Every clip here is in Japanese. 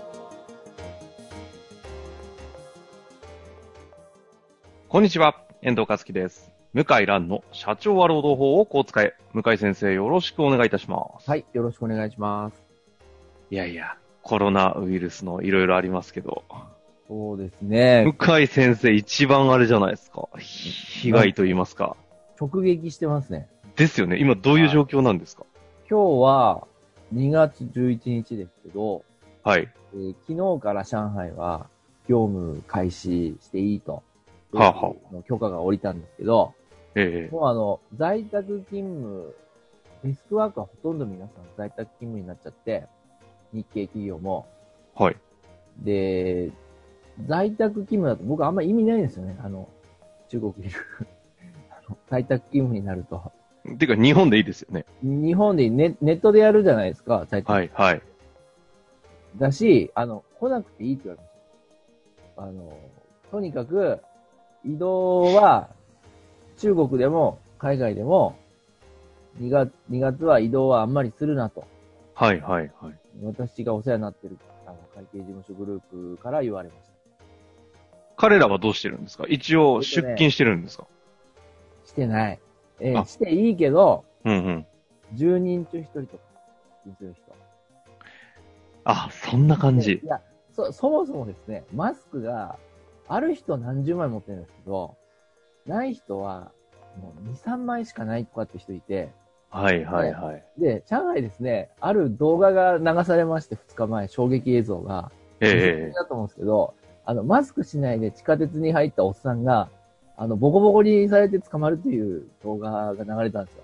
こんにちは、遠藤和樹です。向井蘭の社長は労働法をこう使え。向井先生、よろしくお願いいたします。はい、よろしくお願いします。いやいや、コロナウイルスのいろいろありますけど、そうですね。向井先生一番あれじゃないですか。ひ被害と言いますか。直撃してますね。ですよね。今どういう状況なんですか今日は2月11日ですけど、はい。えー昨日から上海は業務開始していいと。はあはの許可が下りたんですけど、ええもうあの、在宅勤務、デスクワークはほとんど皆さん在宅勤務になっちゃって、日系企業も。はい。で、在宅勤務だと僕あんまり意味ないんですよね。あの、中国にいる。 あの在宅勤務になると。てか、日本でいいですよね。日本でネネットでやるじゃないですか、在宅。はい、はい。だし、あの、来なくていいって言われました。あの、とにかく、移動は、中国でも、海外でも、2月、2月は移動はあんまりするなと。はい、はい、はい。私がお世話になってる、あの、会計事務所グループから言われました。彼らはどうしてるんですか一応、えっ出とね勤してるんですかしてない。えーあしていいけど、うんうん。 10人中1人とか、出勤する人。あ、そんな感いじ。や、そ、そもそもですね、マスクが、ある人何十枚持ってるんですけど、ない人は、もう2、3枚しかないとかって人いて、はい、はい、はい。で、上海ですね、ある動画が流されまして、2日前、衝撃映像が、ええだと思うんですけど、あの、マスクしないで地下鉄に入ったおっさんが、あの、ボコボコにされて捕まるという動画が流れたんですよ。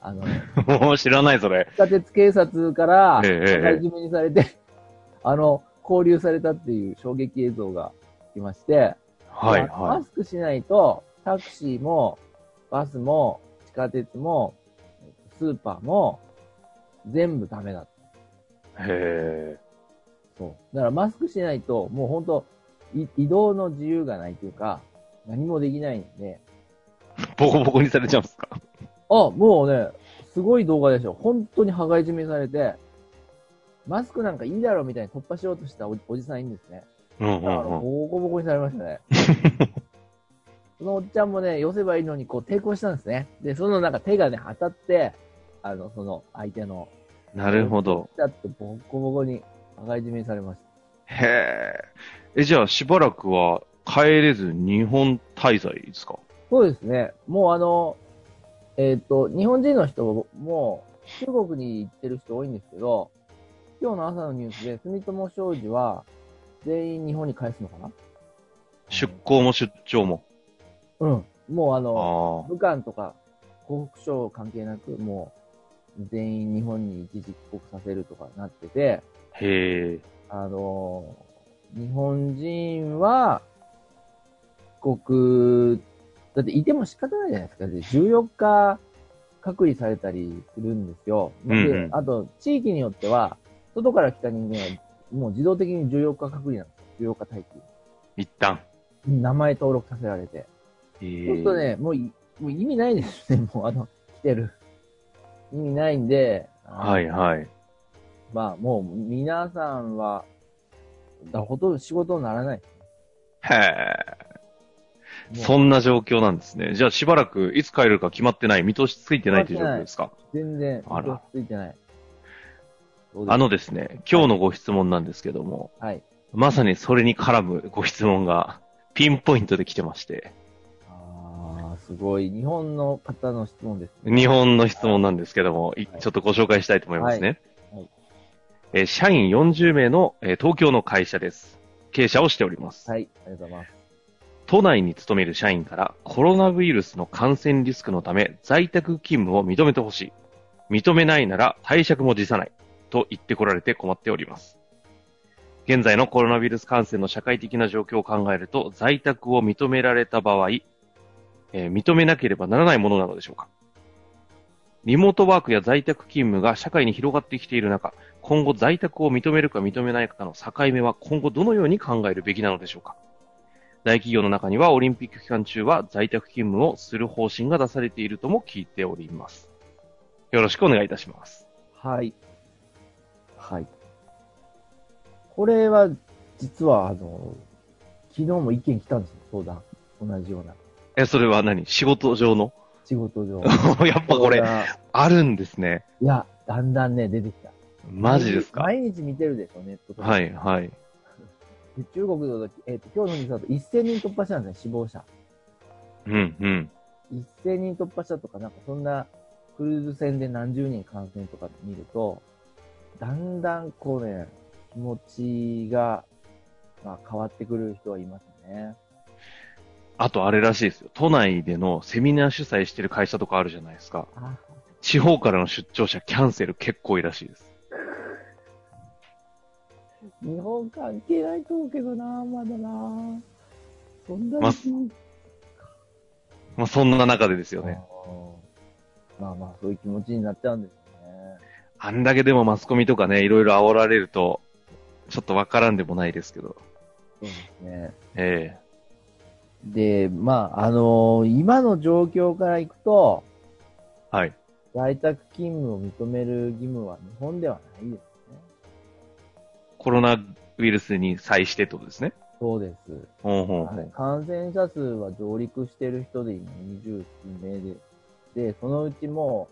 あの、 もう知らない、それ。地下鉄警察から、ええええ社いじめにされて、 あの、交留されたっていう衝撃映像が来まして、はい、まあマはスクしないと、タクシーも、バスも、地下鉄も、スーパーも、全部ダメだ。い。へえ。そう。だからマスクしないと、もう本当い移動の自由がないというか、何もできないんで、ボコボコにされちゃうんですかあ、もうね、すごい動画でしょ。本当に羽交い締めされて、マスクなんかいいだろみたいに突破しようとしたおおじさんいるんですね。うんうだからんうん。ボコボコにされ ましたね。そのおっちゃんもね、寄せばいいのにこう抵抗したんですね。で、そのなんか手がね、当たって、あの、その相手の、なるほど。だってボコボコに羽交い締めにされましへえ。え、じゃあしばらくは帰れず日本滞在ですかた。そうですね。もうあの、えっ、と、日本人の人も、中国に行ってる人多いんですけど、今日の朝のニュースで、住友商事は、全員日本に返すのかな出向も出張も。うん。もうあの、あ武漢とか、広北省関係なく、もう、全員日本に一時帰国させるとかなってて、あ。へえ。あのー日本人は、帰国、だっていても仕方ないじゃないですか。で14日隔離されたりするんですよ。で、うんうんあと、地域によっては、外から来た人間は、もう自動的に14日隔離なんですよ。14日待機。一旦。名前登録させられて。へそうすえるとね、もうい、もう意味ないですね、 もうあの、来てる。意味ないんで、。はいいはい。まあもう皆さんは、だほとんど仕事にならない。へえ。もうそんな状況なんですね。じゃあしばらくいつ帰るか決まってない、見通しついてないという状況ですか全然、あらついてない。どうですあ、のですね、今日のご質問なんですけども、はい。まさにそれに絡むご質問がピンポイントで来てまして、ああ、すごい。日本の方の質問です、日本の質問なんですけども、いはいちょっとご紹介したいと思いますね。はいはいえー社員40名の、えー東京の会社です。経営者をしております。はい、ありがとうございます。都内に勤める社員からコロナウイルスの感染リスクのため在宅勤務を認めてほしい。認めないなら退職も辞さない。と言ってこられて困っております。現在のコロナウイルス感染の社会的な状況を考えると、在宅を認められた場合、えー認めなければならないものなのでしょうかリモートワークや在宅勤務が社会に広がってきている中、今後在宅を認めるか認めないかの境目は今後どのように考えるべきなのでしょうか大企業の中にはオリンピック期間中は在宅勤務をする方針が出されているとも聞いております。よろしくお願いいたします。はい。はい。これは、実は、あの、昨日も意見来たんですよ、相談。同じような。え、それは何仕事上の 仕事上。やっぱこれ、あるんですね。いや、だんだんね、出てきた。マジですか毎日毎日見てるでしょ、ネットとか。はい、はい。で中国の時、えっ、と、今日の日だと1000人突破したんですね、死亡者。うん、うん。 1000人突破したとか、なんかそんな、クルーズ船で何十人感染とか見ると、だんだんこうね、気持ちが、まあ変わってくる人はいますね。あとあれらしいですよ。都内でのセミナー主催してる会社とかあるじゃないですか。あ地方からの出張者キャンセル結構いいらしいです。日本関係ないと思うけどな、まだな。そんなまにあまあそんな中でですよね。あーまあまあ、そういう気持ちになっちゃうんですよね。あんだけでもマスコミとかね、いろいろ煽られると、ちょっとわからんでもないですけど。そうですね。えで、まあ、あのー今の状況からいくと、えはい。在宅勤務を認める義務は日本ではないですね。コロナウイルスに際してってことですね。そうです。ほうほうほ。はいう感染者数は上陸してる人で今20名で、で、そのうちも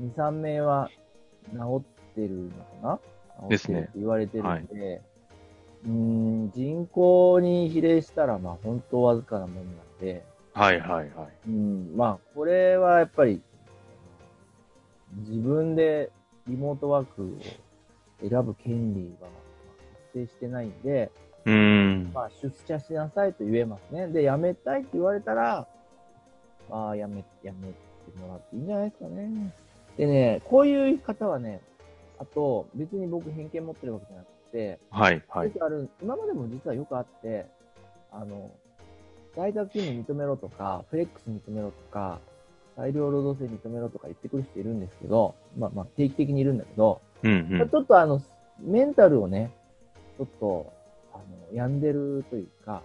う2、3名は治ってるのかなですね治ってるって言われてるんで、うーん、人口に比例したら、まあ本当わずかなもんなんで、はいはいはい。うん、まあこれはやっぱり、自分でリモートワークを選ぶ権利は発生してないんで、うーん。まあ、出社しなさいと言えますね。で、辞めたいって言われたら、まあ、辞め、辞めてもらっていいんじゃないですかね。でね、こういう方はね、あと、別に僕偏見持ってるわけじゃなくて、はいはいよ。くある、今までも実はよくあって、あの、在宅勤務認めろとか、フレックス認めろとか、大量労働制認めろとか言ってくる人いるんですけど、まあまあ定期的にいるんだけど、うんうん。ちょっとあの、メンタルをね、ちょっと、あの、病んでるというか、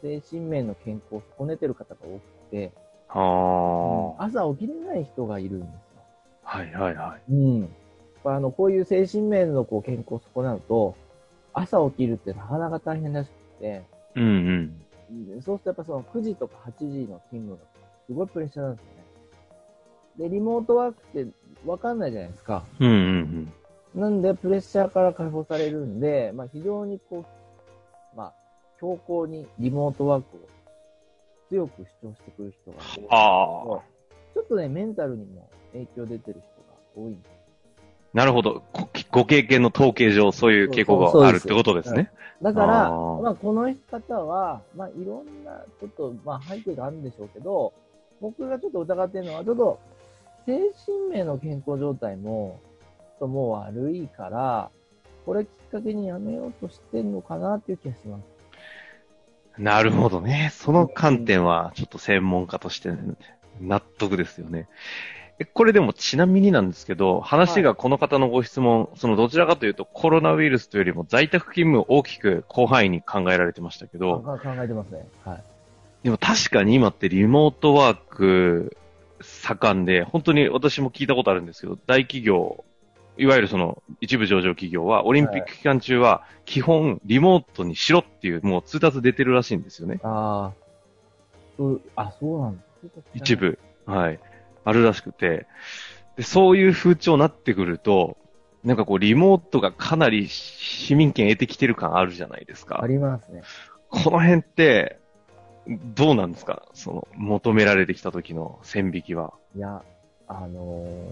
精神面の健康を損ねてる方が多くて、はあ。朝起きれない人がいるんですよ。はいはいはい。うん。あの、こういう精神面のこう健康を損なうと、朝起きるってなかなか大変らしくて、うんうん。うんそうするとやっぱその9時とか8時の勤務がすごいプレッシャーなんですよね。で、リモートワークってわかんないじゃないですか。うんうんなんで、プレッシャーから解放されるんで、まあ、非常にこう、まあ、強硬にリモートワークを強く主張してくる人がうん。多い。ああ。ちょっとね、メンタルにも影響出てる人が多いんです。なるほど。ごご経験の統計上、そういう傾向があるってことですね。だから、あーまあ、この方は、まあ、いろんな、ちょっと、まあ、背景があるんでしょうけど、僕がちょっと疑ってるのは、ちょっと、精神面の健康状態も、ちょっともう悪いから、これきっかけにやめようとしてんのかなっていう気がします。なるほどね。その観点は、ちょっと専門家として納得ですよね。えこれでもちなみになんですけど、話がこの方のご質問、そのどちらかというとコロナウイルスというよりも在宅勤務を大きく広範囲に考えられてましたけど、考えてますね。はい。でも確かに今ってリモートワーク盛んで、本当に私も聞いたことあるんですけど、大企業、いわゆるその一部上場企業はオリンピック期間中は基本リモートにしろっていうもう通達出てるらしいんですよね。ああ、そう、あ、そうなんだ。一。部。はい。あるらしくて。で、そういう風潮になってくると、なんかこうリモートがかなり市民権得てきてる感あるじゃないですかあ。りますね。この辺って、どうなんですかその、求められてきた時の線引きは。いや、あのー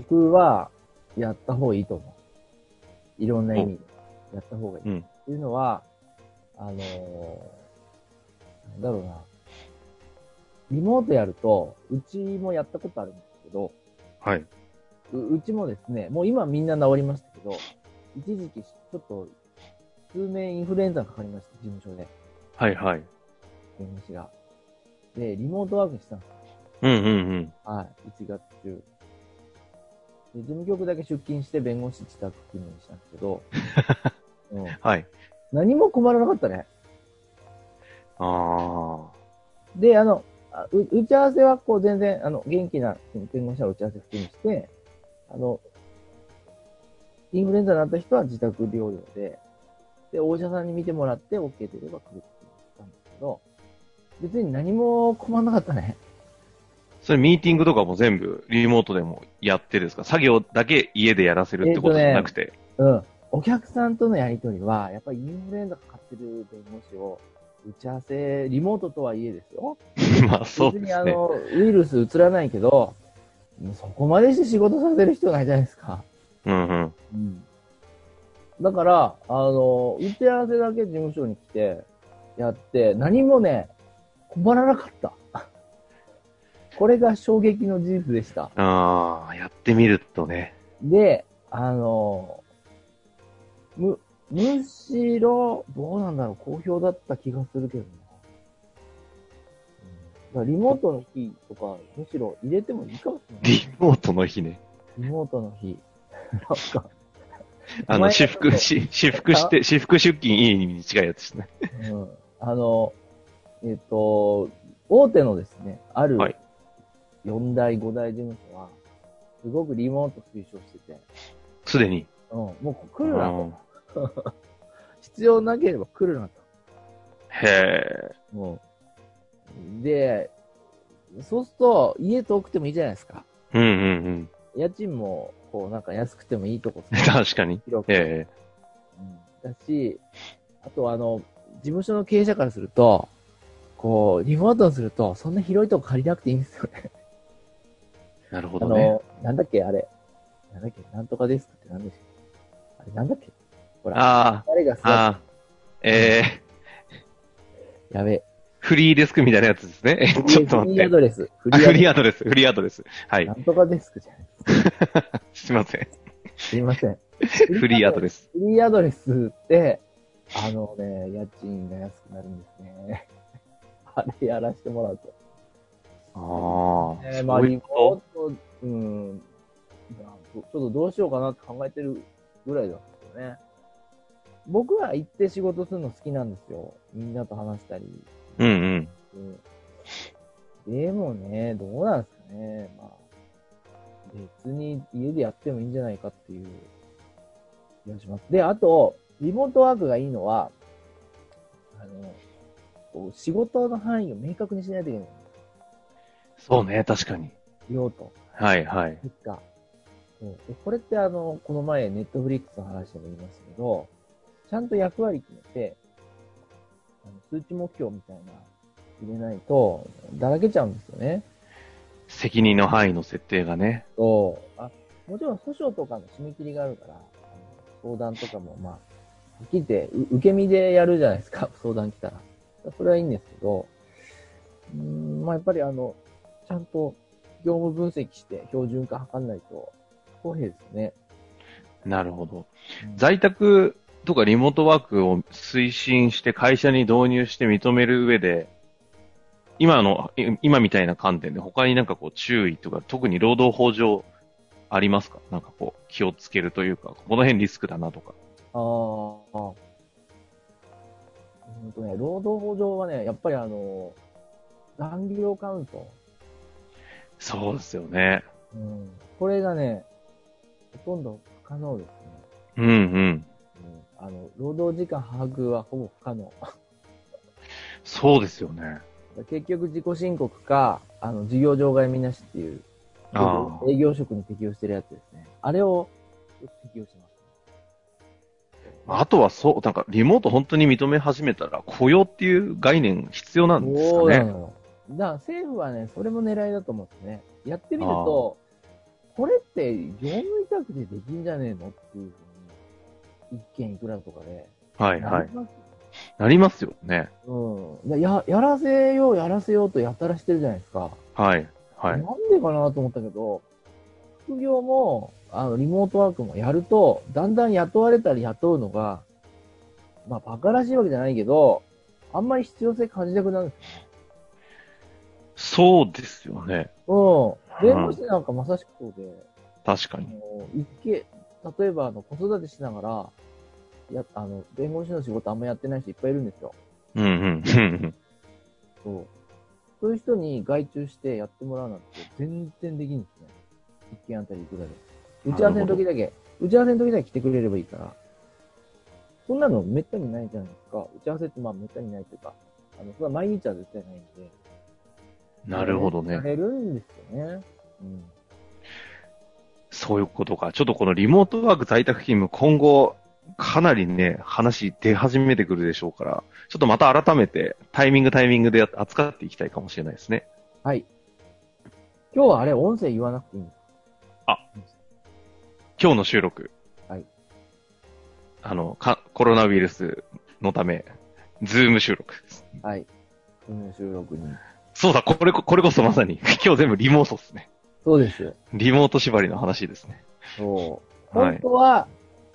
僕は、やった方がいいと思う。いろんな意味で。やった方がいい。うんっていうのは、あのーなんだろうな。リモートやると、うちもやったことあるんですけど、はい。ううちもですね、もう今みんな治りましたけど、一時期、ちょっと、数名インフルエンザがかかりました、事務所で、はいはい。弁護士が。で、リモートワークしたんですようんうんはい、1月中。で、事務局だけ出勤して弁護士自宅勤務にしたんですけど、うん、うん。はい。何も困らなかったね。ああ。で、あの、あう打ち合わせはこう全然、あの、元気な弁護士は打ち合わせ普通にして、あの、インフルエンザになった人は自宅療養で、で、お医者さんに見てもらって OK 出れば来るって言ったんですけど、別に何も困らなかったね。それミーティングとかも全部リモートでもやってですか作業だけ家でやらせるってことじゃなくて。うん。お客さんとのやりとりは、やっぱりインフルエンザかかってる弁護士を、打ち合わせ、リモートとはいえですよ。 まあそうで別にすあね。の、ウイルス移らないけど、そこまでして仕事させる必要ないじゃないですか。うんうん。うん。だから、あの、打ち合わせだけ事務所に来て、やって、何もね、困らなかった。これが衝撃の事実でした。ああ、やってみるとね。で、あの、む、むしろ、どうなんだろう、好評だった気がするけどな。うん、だからリモートの日とか、むしろ入れてもいいかもしれない。リモートの日ね。リモートの日。なんか、あお前の、が私服、し私服して、私服出勤いい意味に近いやつですね。うん、あの、えっ、と、大手のですね、あるはい4大、5大事務所は、すごくリモート推奨してて、すでに。うん、もう来るなと。うん必要なければ来るなと。へえ。もう。で、そうすると、家遠くてもいいじゃないですか。うんうんうん。家賃も、こう、なんか安くてもいいとこ 確かに。広く、えうんだし、あとあの、事務所の経営者からすると、こう、リモートにすると、そんな広いとこ借りなくていいんですよえね。なるほあどね。の、なんだっけ、あれ。なんだっけ、なんとかデスクって何でしたっけあれ、なんだっけほら、あ誰があ、座っああ、ええ、やべえ、フリーデスクみたいなやつですね。えちょっとフ待っリーアて。ドレス。フあ、フリレーアドレス、フリーアドレス。はス。いな。んとかデスクじゃないですか。すいません。すいません。 フリーアドレス。フリーアドレスって、あのね、家賃が安くなるんですね。 あれやらせてもらうと。ああ、えー、そまあ、ういうリモこート、うん、まあちょちょっとどうしようかなって考えてるぐらいだったんですよね。僕は行って仕事するの好きなんですよ。みんなと話したり。とうんうん。うんでもね、どうなんですかね。まあ、別に家でやってもいいんじゃないかっていう気がします。で、あと、リモートワークがいいのは、あの、こう仕事の範囲を明確にしないといけない。そうね、確かに。用途、はいはい。結果。うんでこれってあの、この前、ネットフリックスの話でも言いましたけど、ちゃんと役割決めて、あの数値目標みたいな、入れないと、だらけちゃうんですよね。責任の範囲の設定がね。と、あ、もちろん訴訟とかの締め切りがあるから、あの相談とかも、まあ、はっきり言って、う受け身でやるじゃないですか、 相談来たら。それはいいんですけど、うーん、まあやっぱりあの、ちゃんと業務分析して標準化図んないと、不公平ですよね。なるほど。うん在宅とかリモートワークを推進して会社に導入して認める上で、今の、い今みたいな観点で他になんかこう注意とか、特に労働法上ありますかなんかこう気をつけるというか、この辺リスクだなとか。ああ。うんとね、労働法上はね、やっぱりあの、残業カウント。そうですよね。うん。これがね、ほとんど不可能ですね。うんうん。うんあの、労働時間把握はほぼ不可能。 そうですよね。結局自己申告か、あの、事業場外みなしっていう、ああ営業職に適用してるやつですね。あれを適用してます。あとはそう、なんかリモート本当に認め始めたら雇用っていう概念必要なんですかそうなね。のよ。だから政府はね、それも狙いだと思うんですね。やってみると、これって業務委託でできんじゃねえのっていうふうに、一件いくらとかで。はいはい。なりますよなりますよね。うん。でや、やらせよう、やらせようとやたらしてるじゃないですか。はい。はい。なんでかなと思ったけど、副業も、あの、リモートワークもやると、だんだん雇われたり雇うのが、まあ、バカらしいわけじゃないけど、あんまり必要性感じなくなるんですそうですよね。よ。うん。うん弁護士なんかまさしくそうで、確かにあ。の一見、例えば、あの、子育てしながら、や、あの、弁護士の仕事あんまやってない人いっぱいいるんですよ。うんうんうんうん。そう。そういう人に外注してやってもらうなんて全然できんですね。一件あたりいくらで。打ち合わせの時だけ、打ち合わせの時だけ来てくれればいいから。そんなのめったにないじゃないですか。打ち合わせってまあめったにないというか、あの、それは毎日は絶対ないんで。なるほどねや。れるんですよね。うん。そういうことか。ちょっとこのリモートワーク在宅勤務、今後、かなりね、話出始めてくるでしょうから、ちょっとまた改めて、タイミングタイミングでや扱っていきたいかもしれないですね。はい。今日はあれ、音声言わなくていいんです。今日の収録。はい。あの、か、コロナウイルスのため、ズーム収録。はい。この収録に。そうだ、これこ、これこそまさに、今日全部リモートですね。そうです。リモート縛りの話ですね。そう。はい本当は、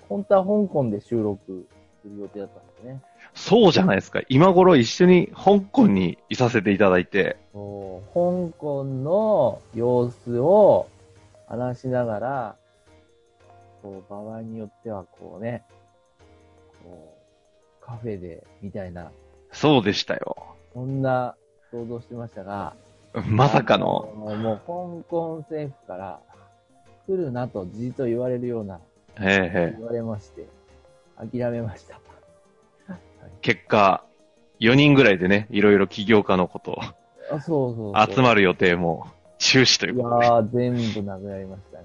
本当は香港で収録する予定だったんですね。そうじゃないですか。今頃一緒に香港にいさせていただいて、そう、香港の様子を話しながら、こう、場合によってはこうね、こう、カフェで、みたいな、そうでしたよ。そんな想像してましたが、まさかの、あの。もう、香港政府から、来るなとじっと言われるような、ええ言われまして、諦めました。結果、4人ぐらいでね、いろいろ起業家のこと、あ、そうそうそう集まる予定も中止といいうやことで、はー、全部なくなりました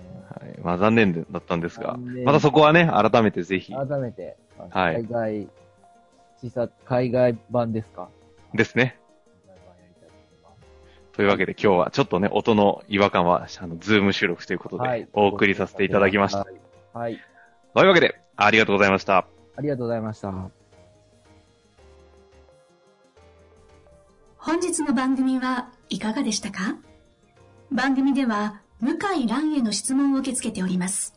ね。いまあ、残念だったんですが、残念またそこはね、改めてぜひ改めて、あのはい海外、視察、海外版ですかですね。海外版やりたいと思いますというわけで今日はちょっとね、音の違和感は、あの、ズーム収録ということはでい、お送りさせていただきました。。はい。というわけで、ありがとうございました。ありがとうございました。本日の番組はいかがでしたか番組では向井蘭への質問を受け付けております。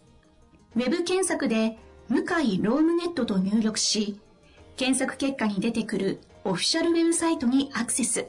ウェブ検索で向井ロームネットと入力し、検索結果に出てくるオフィシャルウェブサイトにアクセス。